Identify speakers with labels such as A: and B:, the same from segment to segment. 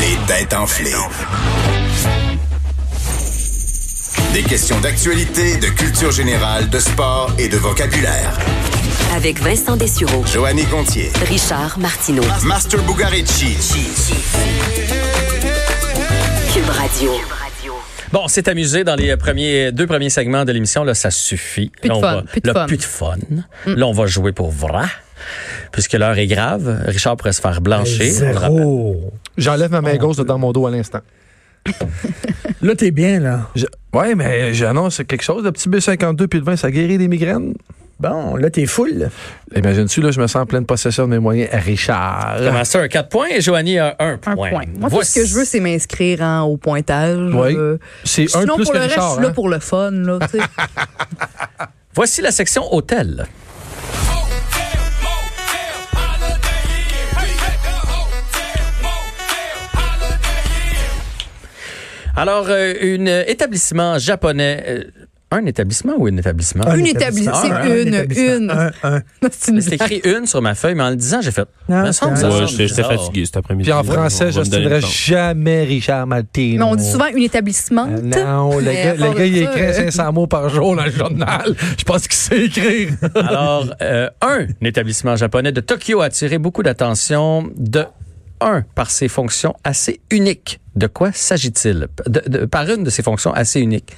A: Les têtes enflées. Des questions d'actualité, de culture générale, de sport et de vocabulaire.
B: Avec Vincent Dessureau,
A: Joanny Gontier.
B: Richard Martineau,
A: Master Bugarici.
B: Cube Radio.
C: Bon, c'est amusé dans les premiers deux premiers segments de l'émission. Là, ça suffit.
D: Plus de
C: là, on
D: fun,
C: va,
D: plus de
C: là,
D: fun. Mm.
C: plus de fun. Là, on va jouer pour vrai. Puisque l'heure est grave, Richard pourrait se faire blancher. on le rappelle.
E: Zéro.
F: J'enlève ma
G: Oh,
F: main gauche de dans mon dos à l'instant.
E: Là, t'es bien, là.
F: Je- Ouais, mais j'annonce quelque chose. Le petit B52 puis le vin, ça guérit des migraines.
E: Bon, là, t'es full.
F: Imagine-tu, là, je me sens en pleine possession de mes moyens. Richard.
C: Thomas a un 4 points et Joanie a un point.
D: Un point. Moi, tout ce que je veux, c'est m'inscrire en- au pointage.
F: Oui.
D: euh,
F: C'est un de
D: Sinon,
F: plus
D: pour
F: que
D: le reste, je
F: Richard.
D: suis là
F: hein?
D: pour le fun. Là, tu sais.
C: Voici la section hôtel. Alors, euh, une euh, établissement japonais. euh, un établissement ou un établissement?
D: Une établissement. C'est
E: Un,
D: une,
E: un établissement.
D: une.
E: Un, un.
D: C'est une
C: C'est
D: blague.
C: écrit une sur ma feuille, mais en le disant, j'ai fait.
E: Non,
C: me semble
E: c'est
C: ça
E: vrai.
C: sonne
G: Ouais, j'étais j'étais
C: bizarre.
G: fatigué cet après-midi.
F: Puis en
G: On
F: français,
G: va me donner
F: j'ostinerais
G: le temps.
F: jamais Richard Martin.
D: Mais on dit souvent une établissement.
F: Ah Non, le
D: Mais
F: gars,
D: à part
F: le gars, il
D: ça,
F: écrit
D: euh,
F: 500 mots par jour dans le journal. Je pense qu'il sait écrire.
C: Alors, euh, un établissement japonais de Tokyo a attiré beaucoup d'attention de un par ses fonctions assez uniques. De quoi s'agit-il? De- de- par une de ses fonctions assez uniques.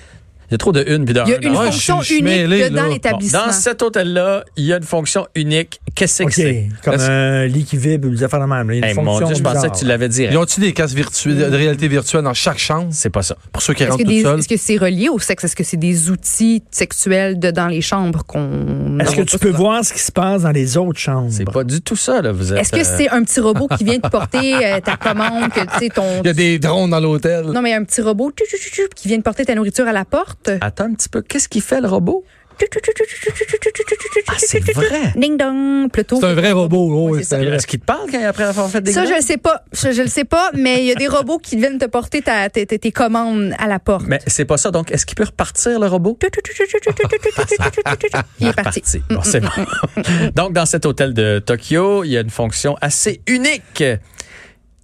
C: Il y a trop de une puis de
D: Il y a
C: un.
D: une
C: dans-
F: Ouais,
D: fonction
F: je suis- je suis
D: unique
F: mêlé,
D: dedans
F: là.
C: Bon,
D: l'établissement.
C: dans cet hôtel-là, il y a une fonction unique. Qu'est-ce que
E: OK.
C: c'est?
E: Comme
C: Est-ce-
E: un lit qui vibre ou des affaires de même. là. Il y a une
C: Hey, mon
E: fonction
C: Dieu, je pensais
E: bizarre.
C: que tu l'avais dit.
F: Ils ont-tu des casques virtuelles, de réalité virtuelle dans chaque chambre?
C: C'est pas ça.
F: Pour ceux qui
D: Est-ce
F: rentrent
D: que,
F: tout
D: des-
F: seuls.
D: est-ce que c'est relié au sexe? Est-ce que c'est des outils sexuels dedans les chambres qu'on.
E: Est-ce que tu peux voir ce qui se passe dans les autres chambres?
C: C'est pas du tout ça, là. Vous êtes,
D: Est-ce que
C: euh,
D: c'est un petit robot qui vient te porter euh, ta commande, que tu sais, ton.
F: Il y a des drones dans l'hôtel.
D: Non, mais un petit robot tu, tu, tu, tu, qui vient te porter ta nourriture à la porte.
C: Attends un petit peu. Qu'est-ce qui fait le robot?
D: Tu, tu, tu, tu, tu, tu, tu, tu, tu, tu, tu,
C: Ah,
D: tu,
C: c'est
D: tu, tu,
C: vrai.
D: tu. Ding dong, plutôt.
F: C'est un vrai robot. oui, c'est un vrai.
C: Est-ce qu'il te parle quand après avoir fait des
D: Ça,
C: gants?
D: je le sais pas. Je, je le sais pas, mais il y a des robots qui viennent te porter ta, tes, tes- tes commandes à la porte.
C: Mais c'est pas ça. Donc, est-ce qu'il peut repartir, le robot?
D: Tu, tu, tu, tu, tu, tu, tu, tu, tu, tu, tu, tu, tu, tu. Il est parti.
C: Parti. Bon, c'est bon. Donc, dans cet hôtel de Tokyo, il y a une fonction assez unique.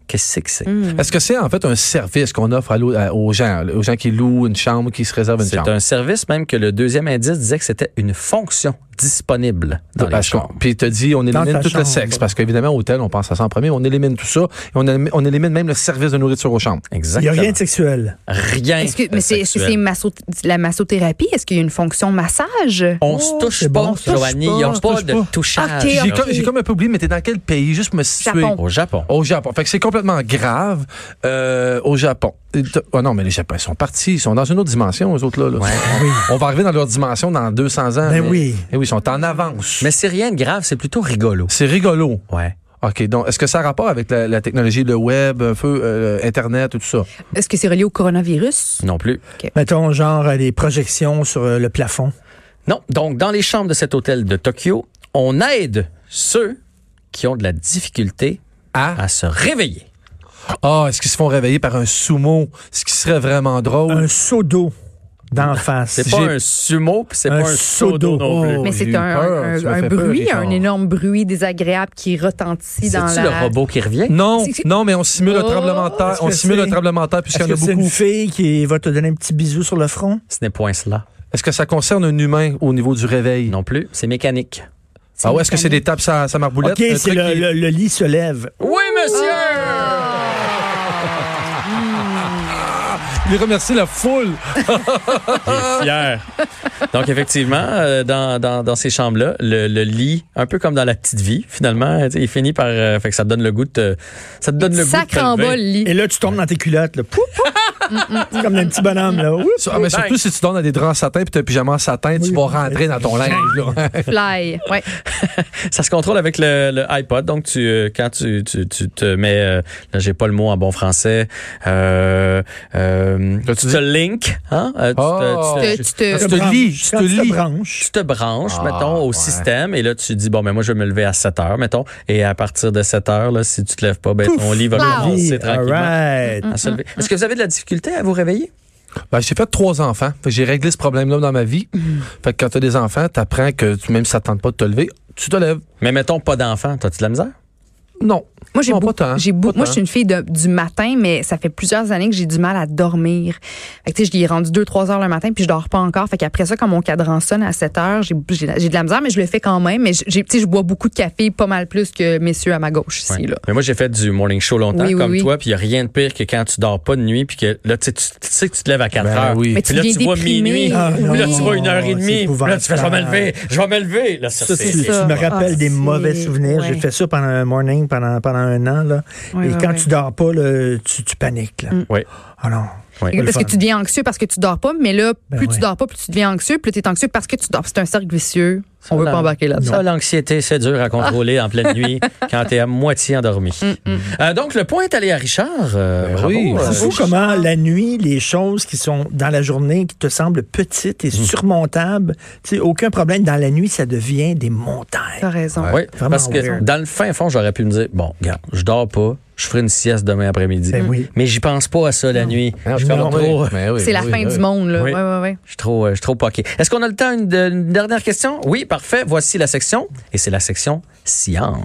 C: Qu'est-ce que c'est?
F: Mm. Est-ce que c'est en fait un service qu'on offre à l'eau- à- aux gens, là, aux gens qui louent une chambre, qui se réservent une
C: C'est
F: chambre?
C: un service même que le deuxième indice disait que c'était une fonction disponible dans la
F: Parce qu'on-
C: chambre.
F: Puis il te dit, on
E: Dans
F: élimine
E: ta
F: tout le
E: chambre.
F: sexe, parce qu'évidemment, hôtel, on pense à ça en premier, on élimine tout ça, et on élimine, on élimine même le service de nourriture aux chambres.
E: Il n'y a
C: Exactement.
E: rien de sexuel.
C: Rien
D: Est-ce que, mais c'est, est-ce que
C: sexuel.
D: c'est masso- la massothérapie? Est-ce qu'il y a une fonction massage?
C: On se touche
E: c'est
C: pas,
E: bon, ça.
C: Joanie. Il
E: On
C: n'y a
E: se
C: pas
E: touche
C: de
E: pas.
C: touchage.
D: Ok,
F: J'ai
D: ok.
F: comme, j'ai comme un peu oublié, mais t'es dans quel pays? Juste pour me situer.
D: Japon.
C: Au Japon.
F: Au Japon. Fait que c'est complètement grave euh, au Japon. Et t- Oh non, mais les Japonais sont partis. Ils sont dans une autre dimension, eux autres-là. là. On va arriver dans leur dimension dans 200 ans.
E: Ben
F: mais-
E: oui.
F: Eh oui, ils sont en avance.
C: Mais c'est rien de grave, c'est plutôt rigolo.
F: C'est rigolo.
C: Ouais.
F: OK, donc est-ce que ça a rapport avec la, la technologie, le web, un peu euh, Internet, tout ça?
D: Est-ce que c'est relié au coronavirus?
C: Non plus.
E: Mettons, genre, euh, des projections sur euh, le plafond.
C: Non. Donc, dans les chambres de cet hôtel de Tokyo, on aide ceux qui ont de la difficulté
F: Ah,
C: à se réveiller.
F: ah est-ce qu'ils se font réveiller par un sumo? Ce qui serait vraiment drôle.
E: Un seau d'eau d'en face.
C: C'est pas
F: J'ai-
C: un sumo, puis c'est
E: Un
C: pas un
E: seau
C: sodo
E: d'eau.
C: non plus.
F: Oh.
D: Mais
F: j'ai
D: c'est
F: eu
D: un,
F: peur.
D: un-
F: Tu m'as
D: un
F: fait peur,
D: bruit,
F: Richard.
D: un énorme bruit désagréable qui retentit dans
C: C'est-tu
D: la...
C: le robot qui revient?
F: Non,
D: C'est- c'est-
F: non, mais on simule un
D: Oh,
F: tremblement de terre.
E: est-ce
F: On
E: que
F: simule un
E: c'est-
F: tremblement de terre
E: Est-ce
F: puisqu'il y en
E: que
F: a
E: c'est une
F: beaucoup.
E: fille qui va te donner un petit bisou sur le front?
C: Ce n'est point cela.
F: Est-ce que ça concerne un humain au niveau du réveil?
C: Non plus. C'est mécanique.
F: Ah ouais, est-ce que c'est des tapes à, à marboulette?
E: OK,
F: Un
E: c'est
F: truc
E: le,
F: qui-
E: le- le lit se lève.
C: Oui, monsieur!
F: Il remercie la foule.
C: Fier. Donc, effectivement, euh, dans, dans, dans ces chambres-là, le, le lit, un peu comme dans la petite vie, finalement, tu sais, il finit par. euh, fait que ça te donne le goût de. te- Ça te donne le goût de. te
D: Sacre en
C: lever.
D: bas, le lit.
E: Et là, tu tombes dans tes culottes. Là. Pouf, pouf. C'est comme un petit bonhomme. Là. Oups.
F: Ah, mais surtout si tu donnes à des draps en satin puis t'as un pyjama en satin, tu vas rentrer dans ton linge. là.
D: Fly. Ouais.
C: Ça se contrôle avec le, le iPod. Donc, tu, euh, quand tu, tu, tu te mets, euh, là, j'ai pas le mot en bon français, euh, euh, tu
F: T'as-tu
C: te link, hein? Euh, tu,
F: Oh.
C: te, tu te-
D: Tu te-
F: Tu te
E: Quand
F: lis,
E: branches,
F: tu
E: quand
F: te
E: tu te
F: lis.
E: branches.
C: tu te branches,
F: Ah,
C: mettons, au
F: ouais.
C: système. Et là, tu dis, bon, mais moi, je vais me lever à 7 heures, mettons. Et à partir de 7 heures, là, si tu te lèves pas, ben, ton lit va
D: Wow.
C: commencer
E: All
C: tranquillement.
E: right.
C: à se lever. Est-ce que vous avez de la difficulté à vous réveiller?
F: Ben, j'ai fait trois enfants. Fait que j'ai réglé ce problème-là dans ma vie.
E: Mhm.
F: Fait que quand t'as des enfants, t'apprends que tu, même si ça te tente pas de te lever, tu te lèves.
C: Mais mettons, pas d'enfant. T'as-tu de la misère?
F: Non.
D: Moi, j'ai
F: Non,
D: beaucoup.
F: pas tant.
D: j'ai beaucoup-
F: Pas
D: moi, je
F: tant.
D: suis une fille de- du matin, mais ça fait plusieurs années que j'ai du mal à dormir. Fait que, tu sais, je l'ai rendu 2-3 heures le matin, puis je dors pas encore. Fait qu'après ça, quand mon cadran sonne à 7 heures, j'ai j'ai j'ai de la misère, mais je le fais quand même. Mais j'ai- tu sais, je bois beaucoup de café, pas mal plus que messieurs à ma gauche ici.
C: Ouais.
D: Là.
C: Mais moi, j'ai fait du morning show longtemps,
D: Oui, oui,
C: comme
D: oui.
C: toi, puis il n'y a rien de pire que quand tu dors pas de nuit, puis que là, tu sais, tu- tu sais que tu te lèves à 4
F: Ben
C: heures.
F: oui.
D: Mais
C: Puis
D: tu
C: là,
D: deviens
C: tu vois
D: déprimé.
C: minuit.
D: Ah,
C: Puis là,
D: oui.
C: tu vois une heure et
E: C'est
C: demie. Puis là, tu fais, je vais me
E: épouvantable.
C: lever. Je vais me lever. Là, ça,
E: Ça,
C: c'est-
E: c'est- tu
D: ça.
E: me
D: Ah,
E: rappelle des
D: c'est-
E: mauvais souvenirs.
D: ouais.
E: J'ai fait ça pendant un morning, pendant, pendant un an. Là.
D: Ouais,
E: Et
D: ouais,
E: quand
D: ouais. Mm.
E: tu dors pas, là, tu, tu paniques. Là.
C: Oui.
E: Ah non.
C: Ouais.
E: Pas le
D: Parce que
E: fun.
D: tu deviens anxieux parce que tu dors pas, mais là,
E: Ben
D: plus
E: ouais.
D: tu dors pas, plus tu deviens anxieux, plus tu es anxieux parce que tu dors. C'est un cercle vicieux. On veut
C: là-
D: pas embarquer là-dedans.
C: Ça, l'anxiété, c'est dur à contrôler en pleine nuit quand t'es à moitié endormi.
D: Mm,
C: Euh, donc, le point est allé à Richard. Euh,
F: Ben
C: bravo.
F: oui.
C: Euh,
E: C'est fou comment la nuit, les choses qui sont dans la journée, qui te semblent petites
F: Mm.
E: et surmontables, tu sais, aucun problème, dans la nuit, ça devient des montagnes.
D: T'as raison.
C: Oui,
E: Vraiment
C: parce que
E: weird.
C: dans le fin fond, j'aurais pu me dire, bon, regarde, je dors pas, je ferai une sieste demain après-midi.
E: Ben oui.
C: Mais j'y pense pas à ça la nuit.
F: Non,
C: Je suis comme trop,
F: Ah, Ben oui,
D: C'est la
F: ben oui,
D: fin
F: ben
D: du
F: oui.
D: monde, là.
C: Oui.
D: Ouais, ouais, ouais.
C: je suis trop, euh, je suis trop poqué. Est-ce qu'on a le temps une- d'une dernière question? Oui, parfait. Voici la section. Et c'est la section science.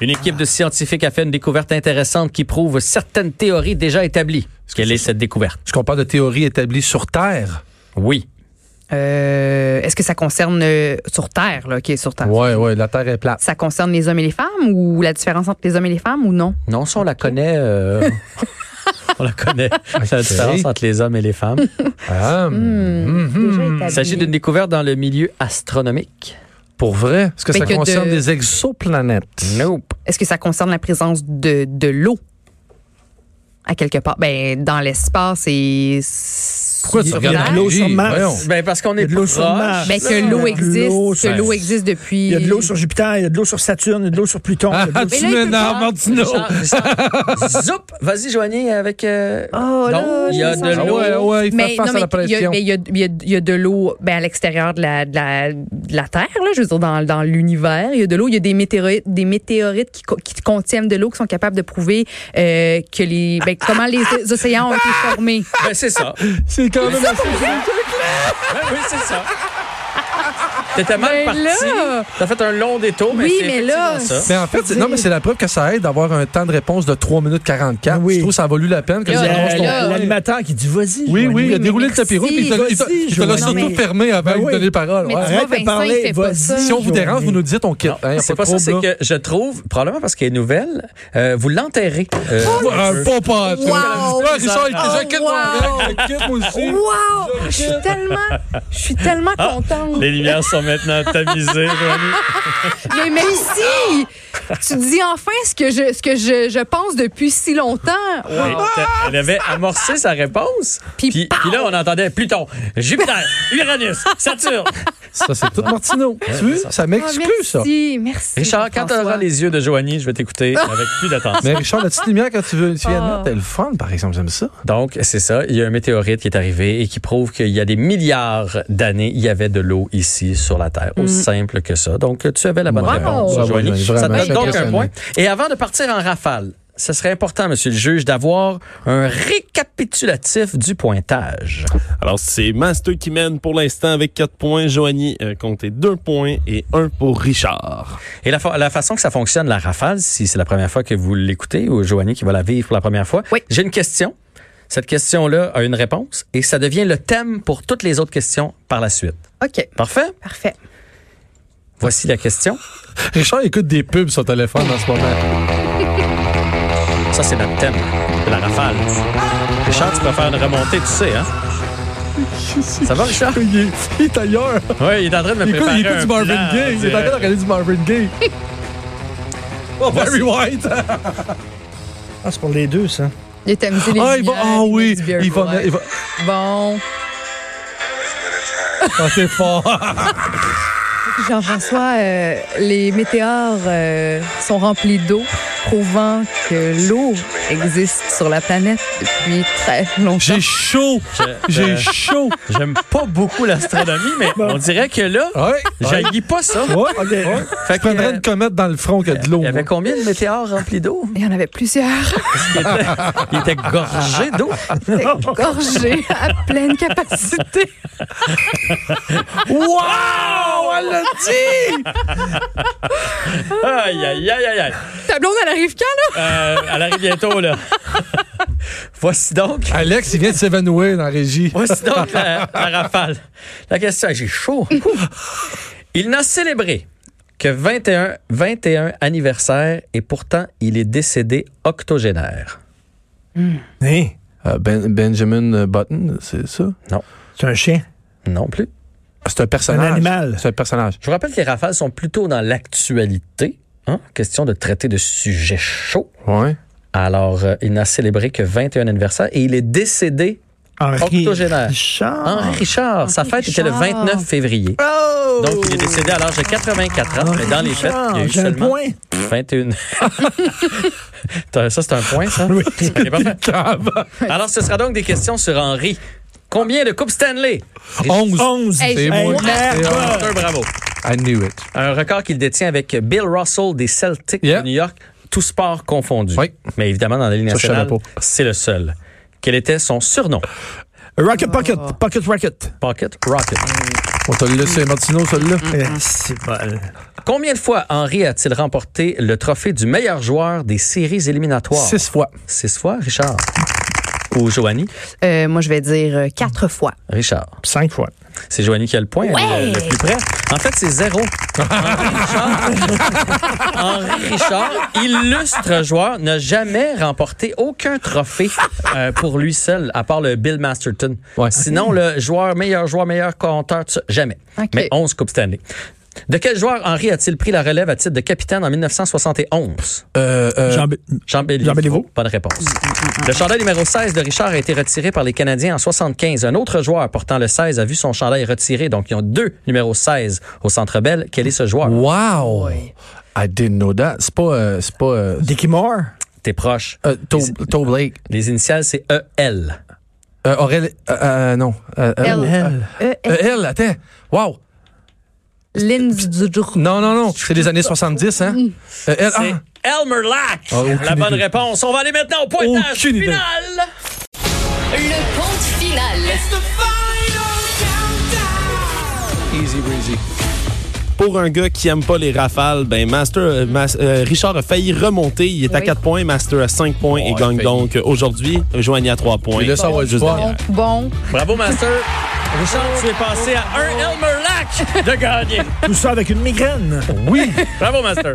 C: Une équipe de scientifiques a fait une découverte intéressante qui prouve certaines théories déjà établies. Quelle est cette découverte?
F: Est-ce qu'on parle de théorie établie sur Terre?
C: Oui.
D: Euh, Est-ce que ça concerne euh, sur Terre, là, qui est sur Terre?
F: Oui, oui, la Terre est plate.
D: Ça concerne les hommes et les femmes ou la différence entre les hommes et les femmes ou non?
C: Non, ça, on la connaît. euh, on la connaît. C'est la différence entre les hommes et les femmes.
F: Ah,
D: Il
C: Il s'agit d'une découverte dans le milieu astronomique.
F: Pour vrai? Est-ce que
D: Mais
F: ça
D: que
F: concerne
D: de-
F: des exoplanètes?
C: Nope.
D: Est-ce que ça concerne la présence de, de l'eau à quelque part? Ben, dans l'espace et.
F: Pourquoi tu
D: sur
F: regardes
D: Terre?
E: l'eau sur
F: Gilles,
E: Mars?
F: voyons.
C: Ben parce qu'on
E: Il y
C: est
E: a de l'eau sur
C: proche.
E: Mars.
D: Ben, que l'eau existe,
E: l'eau
D: que
E: sur-
D: l'eau existe depuis.
E: Il y a de l'eau sur Jupiter, il y a de l'eau sur Saturne, il y a de l'eau sur Pluton. il y a de l'eau
D: mais
E: sur-
D: là, il peut
F: Ah, m'énerves,
D: pas.
F: Martino.
C: Richard, Richard, Zoup, vas-y, joignez avec. euh,
D: Oh, là,
C: donc, il y a
D: je me
C: de
D: sens-
C: l'eau.
F: Ouais, ouais, il fait
D: Mais
F: face
D: non,
F: à la
D: mais il y a-
F: pression.
D: mais il y a- il y a- il y a de l'eau ben, à l'extérieur de la, de, la, de la Terre, là, je veux dire, dans, dans l'univers. Il y a de l'eau, il y a des météorites, des météorites qui, co- qui contiennent de l'eau qui sont capables de prouver euh, que les, ben, comment les o- océans ont été formés.
C: Ben, c'est ça.
F: C'est quand même assez-
C: Ben oui, c'est ça. T'étais mal
D: Mais
C: parti.
D: Ben là-
C: T'as fait un long détour, mais
D: Oui,
C: c'est
D: mais là,
C: effectivement ça.
F: Mais en fait, c'est- non, mais c'est la preuve que ça aide d'avoir un temps de réponse de 3 minutes 44.
E: Oui.
F: Je trouve que ça a valu la peine que
D: Là,
F: tu annonces
E: Euh,
F: ton
D: là,
E: la- L'animateur qui dit vas-y.
F: Oui, oui, il a
D: mais
F: déroulé le
D: merci,
F: tapis rouge, puis il te- il te-
E: vas-y,
F: il te l'a
E: Joanie.
F: surtout
E: Non, mais-
F: fermé avant
E: Ben
F: de
E: oui.
F: donner parole.
D: Mais
F: Ouais.
D: tu vois,
E: Arrête de
D: Vincent,
E: parler,
D: il fait pas
E: vas-y.
D: ça.
F: Si on vous dérange, vous nous dites, on quitte.
C: Non,
F: Hein, y a
C: c'est
F: de
C: pas ça,
F: trouble,
C: c'est
F: là.
C: que je trouve, probablement parce qu'elle est nouvelle, euh, vous l'enterrez. Euh,
F: Oh. Un bon pas.
D: Wow.
F: Ah, Richard, il était déjà
D: Oh,
F: quitte, moi,
D: wow.
F: hein, on quitte, moi aussi.
D: Wow! Je suis tellement, je suis tellement
F: Ah,
D: contente.
C: Les lumières sont maintenant tamisées, Joanie.
D: Mais merci! tu dis enfin ce que je, ce que je, je pense depuis si longtemps.
C: Elle, t'a- elle avait amorcé sa réponse.
D: Puis
C: Puis, puis là, on entendait Pluton, Jupiter, Uranus, Saturne.
F: Ça, c'est tout Martineau. Tu vois, ça
D: Ah,
F: m'exclut, ça.
D: merci, merci.
C: Richard, quand tu
D: François.
C: auras les yeux de Joanie, je vais t'écouter avec plus d'attention.
F: Mais Richard, la petite lumière quand tu veux, tu viens de
D: Oh.
F: mettre, t'es le fun, par exemple, j'aime ça.
C: Donc, c'est ça. Il y a un météorite qui est arrivé et qui prouve qu'il y a des milliards d'années, il y avait de l'eau ici sur la Terre. Aussi simple que ça. Donc, tu avais la bonne
F: Ouais.
C: réponse,
F: Bravo,
C: Joanie.
F: Joanie.
C: Ça
F: Vraiment,
C: te
F: c'est
C: donne donc un
F: impressionnant.
C: point. Et avant de partir en rafale, ce serait important, monsieur le juge, d'avoir un récapitulatif du pointage.
G: Alors, c'est Master qui mène pour l'instant avec 4 points. Joanie euh, comptait 2 points et 1 pour Richard.
C: Et la, fa- la façon que ça fonctionne, la rafale, si c'est la première fois que vous l'écoutez ou Joanie qui va la vivre pour la première fois,
D: Oui.
C: j'ai une question. Cette question-là a une réponse et ça devient le thème pour toutes les autres questions par la suite.
D: OK,
C: Parfait?
D: parfait.
C: Voici la question.
F: Richard écoute des pubs sur téléphone en ce moment.
C: Ça, c'est notre thème, la rafale. Richard, tu peux faire une remontée, tu sais, hein? Ça va, Richard?
F: Ah, Il est, il est ailleurs.
C: Oui, il est en train de me
F: Il écoute,
C: préparer
F: il écoute
C: un
F: du Marvin
C: plan,
F: Gaye. Il est en train de
C: dirait.
F: regarder du Marvin Gaye. Oh, Barry White.
E: Ah, c'est pour les deux, ça.
D: Il a tamisé les
F: Ah, il va,
D: lumières,
F: ah
D: il met
F: oui.
D: du beer
F: Il va,
D: boy.
F: il va,
D: Bon,
F: ah, c'est fort.
D: Jean-François, euh, les météores euh, sont remplis d'eau. prouvant que l'eau existe sur la planète depuis très longtemps.
F: J'ai chaud. J'ai chaud.
C: J'aime pas beaucoup l'astronomie, mais on dirait que là,
F: Ouais.
C: j'haïs pas ça.
F: Ouais, ok.
C: Fait
F: Je prendrais
C: que,
F: une comète dans le front que de l'eau.
C: il y avait
F: moi.
C: combien de météores remplis d'eau?
D: Il y en avait plusieurs
C: Il était, il était gorgé d'eau.
D: gorgées à pleine capacité.
F: Wow! Elle l'a dit!
C: Aïe, aïe, aïe, aïe, aïe.
D: Ta blonde, elle arrive quand, là?
C: Euh, elle arrive bientôt, là. Voici donc.
F: Alex, il vient de s'évanouir dans la régie.
C: Voici donc la, la rafale. La question, j'ai chaud. Il n'a célébré que 21, 21 anniversaires et pourtant il est décédé octogénaire.
E: Hey,
F: Euh, ben- Benjamin Button, c'est ça?
E: c'est un chien.
C: Non plus.
F: Ah, C'est un personnage.
E: Un animal.
F: C'est un personnage.
C: Je vous rappelle que les rafales sont plutôt dans l'actualité. hein, Question de traiter de sujets chauds.
F: Ouais.
C: Alors, euh, il n'a célébré que 21 anniversaires et il est décédé
E: Henri
C: Octogénaire.
E: Richard.
C: Henri Richard. Sa fête était le
D: Richard.
C: 29 février.
E: Oh!
C: Donc, il est décédé à l'âge de 84 ans, mais dans les fêtes, il y a eu
E: J'ai un
C: seulement
E: point.
C: 21. T'as- ça, c'est un point, ça? Oui. Alors, ce sera donc des questions sur Henri. Combien de coupes Stanley?
F: 11.
E: 11.
D: Hey,
F: Ah, C'est
D: je-
F: moi.
D: Ouais.
F: C'est moi.
C: Un bravo.
F: I knew it.
C: Un record qu'il détient avec Bill Russell des Celtics
F: Yeah.
C: de New York, tout sport confondu.
F: Oui.
C: Mais évidemment, dans la ligne
F: Ça, je savais
C: nationale,
F: pas.
C: c'est le seul. Quel était son surnom?
E: Rocket Pocket. Pocket Rocket.
C: Pocket Rocket.
F: On te le laissé, Martino, celui-là.
E: Eh, C'est bon.
C: Combien de fois Henri a-t-il remporté le trophée du meilleur joueur des séries éliminatoires?
F: Six fois.
C: Six fois, Richard. Ou Joanie?
D: Euh, moi, je vais dire euh, quatre fois.
C: Richard.
E: Cinq fois.
C: C'est Joanie qui a le point, elle est le, le plus près. En fait, c'est zéro. Henri Richard, illustre joueur, n'a jamais remporté aucun trophée euh, pour lui seul, à part le Bill Masterton.
F: Ouais.
C: Sinon, le joueur, meilleur joueur, meilleur compteur, tout ça, jamais.
D: Ok.
C: Mais 11 Coupes Stanley. De quel joueur Henri a-t-il pris la relève à titre de capitaine en 1971?
F: Euh, euh,
E: Jean-
C: Jean Béliveau.
E: Jean Béliveau.
C: Bonne réponse. Le chandail numéro 16 de Richard a été retiré par les Canadiens en 75. Un autre joueur portant le 16 a vu son chandail retiré. Donc, ils ont deux numéros 16 au Centre Bell. Quel est ce joueur?
F: Wow! I didn't know that. C'est pas. euh, c'est pas. euh,
E: Dickie Moore.
C: T'es proche.
F: euh, Toe Toe Blake.
C: Les initiales, c'est E EL.
F: Euh, Aurélie. euh, euh, non. Euh, euh,
D: Elle.
F: euh,
D: Euh,
F: euh, elle, attends. Wow!
D: Lindsay
F: Non, non, non. C'est des années 70, hein? Euh, elle,
C: C'est
F: ah.
C: Elmer Lack.
F: Ah, aucune
C: La bonne
F: idée.
C: réponse. On va aller maintenant au pointage
F: Aucune idée.
C: final.
B: Le compte final.
F: Easy breezy.
G: Pour un gars qui aime pas les rafales, ben Master, euh, Mas- euh, Richard a failli remonter. Il est à
D: Oui.
G: 4 points, Master à 5 points et
F: Oh,
G: gagne
F: il a failli.
G: donc euh, aujourd'hui. Joanie à 3 points.
F: Mais là, ça va être juste
D: Bon, bon.
C: Bravo, Master. Richard, tu es passé à un Elmer Lack de gagner.
E: Tout ça avec une migraine.
F: Oui!
C: Bravo, Master.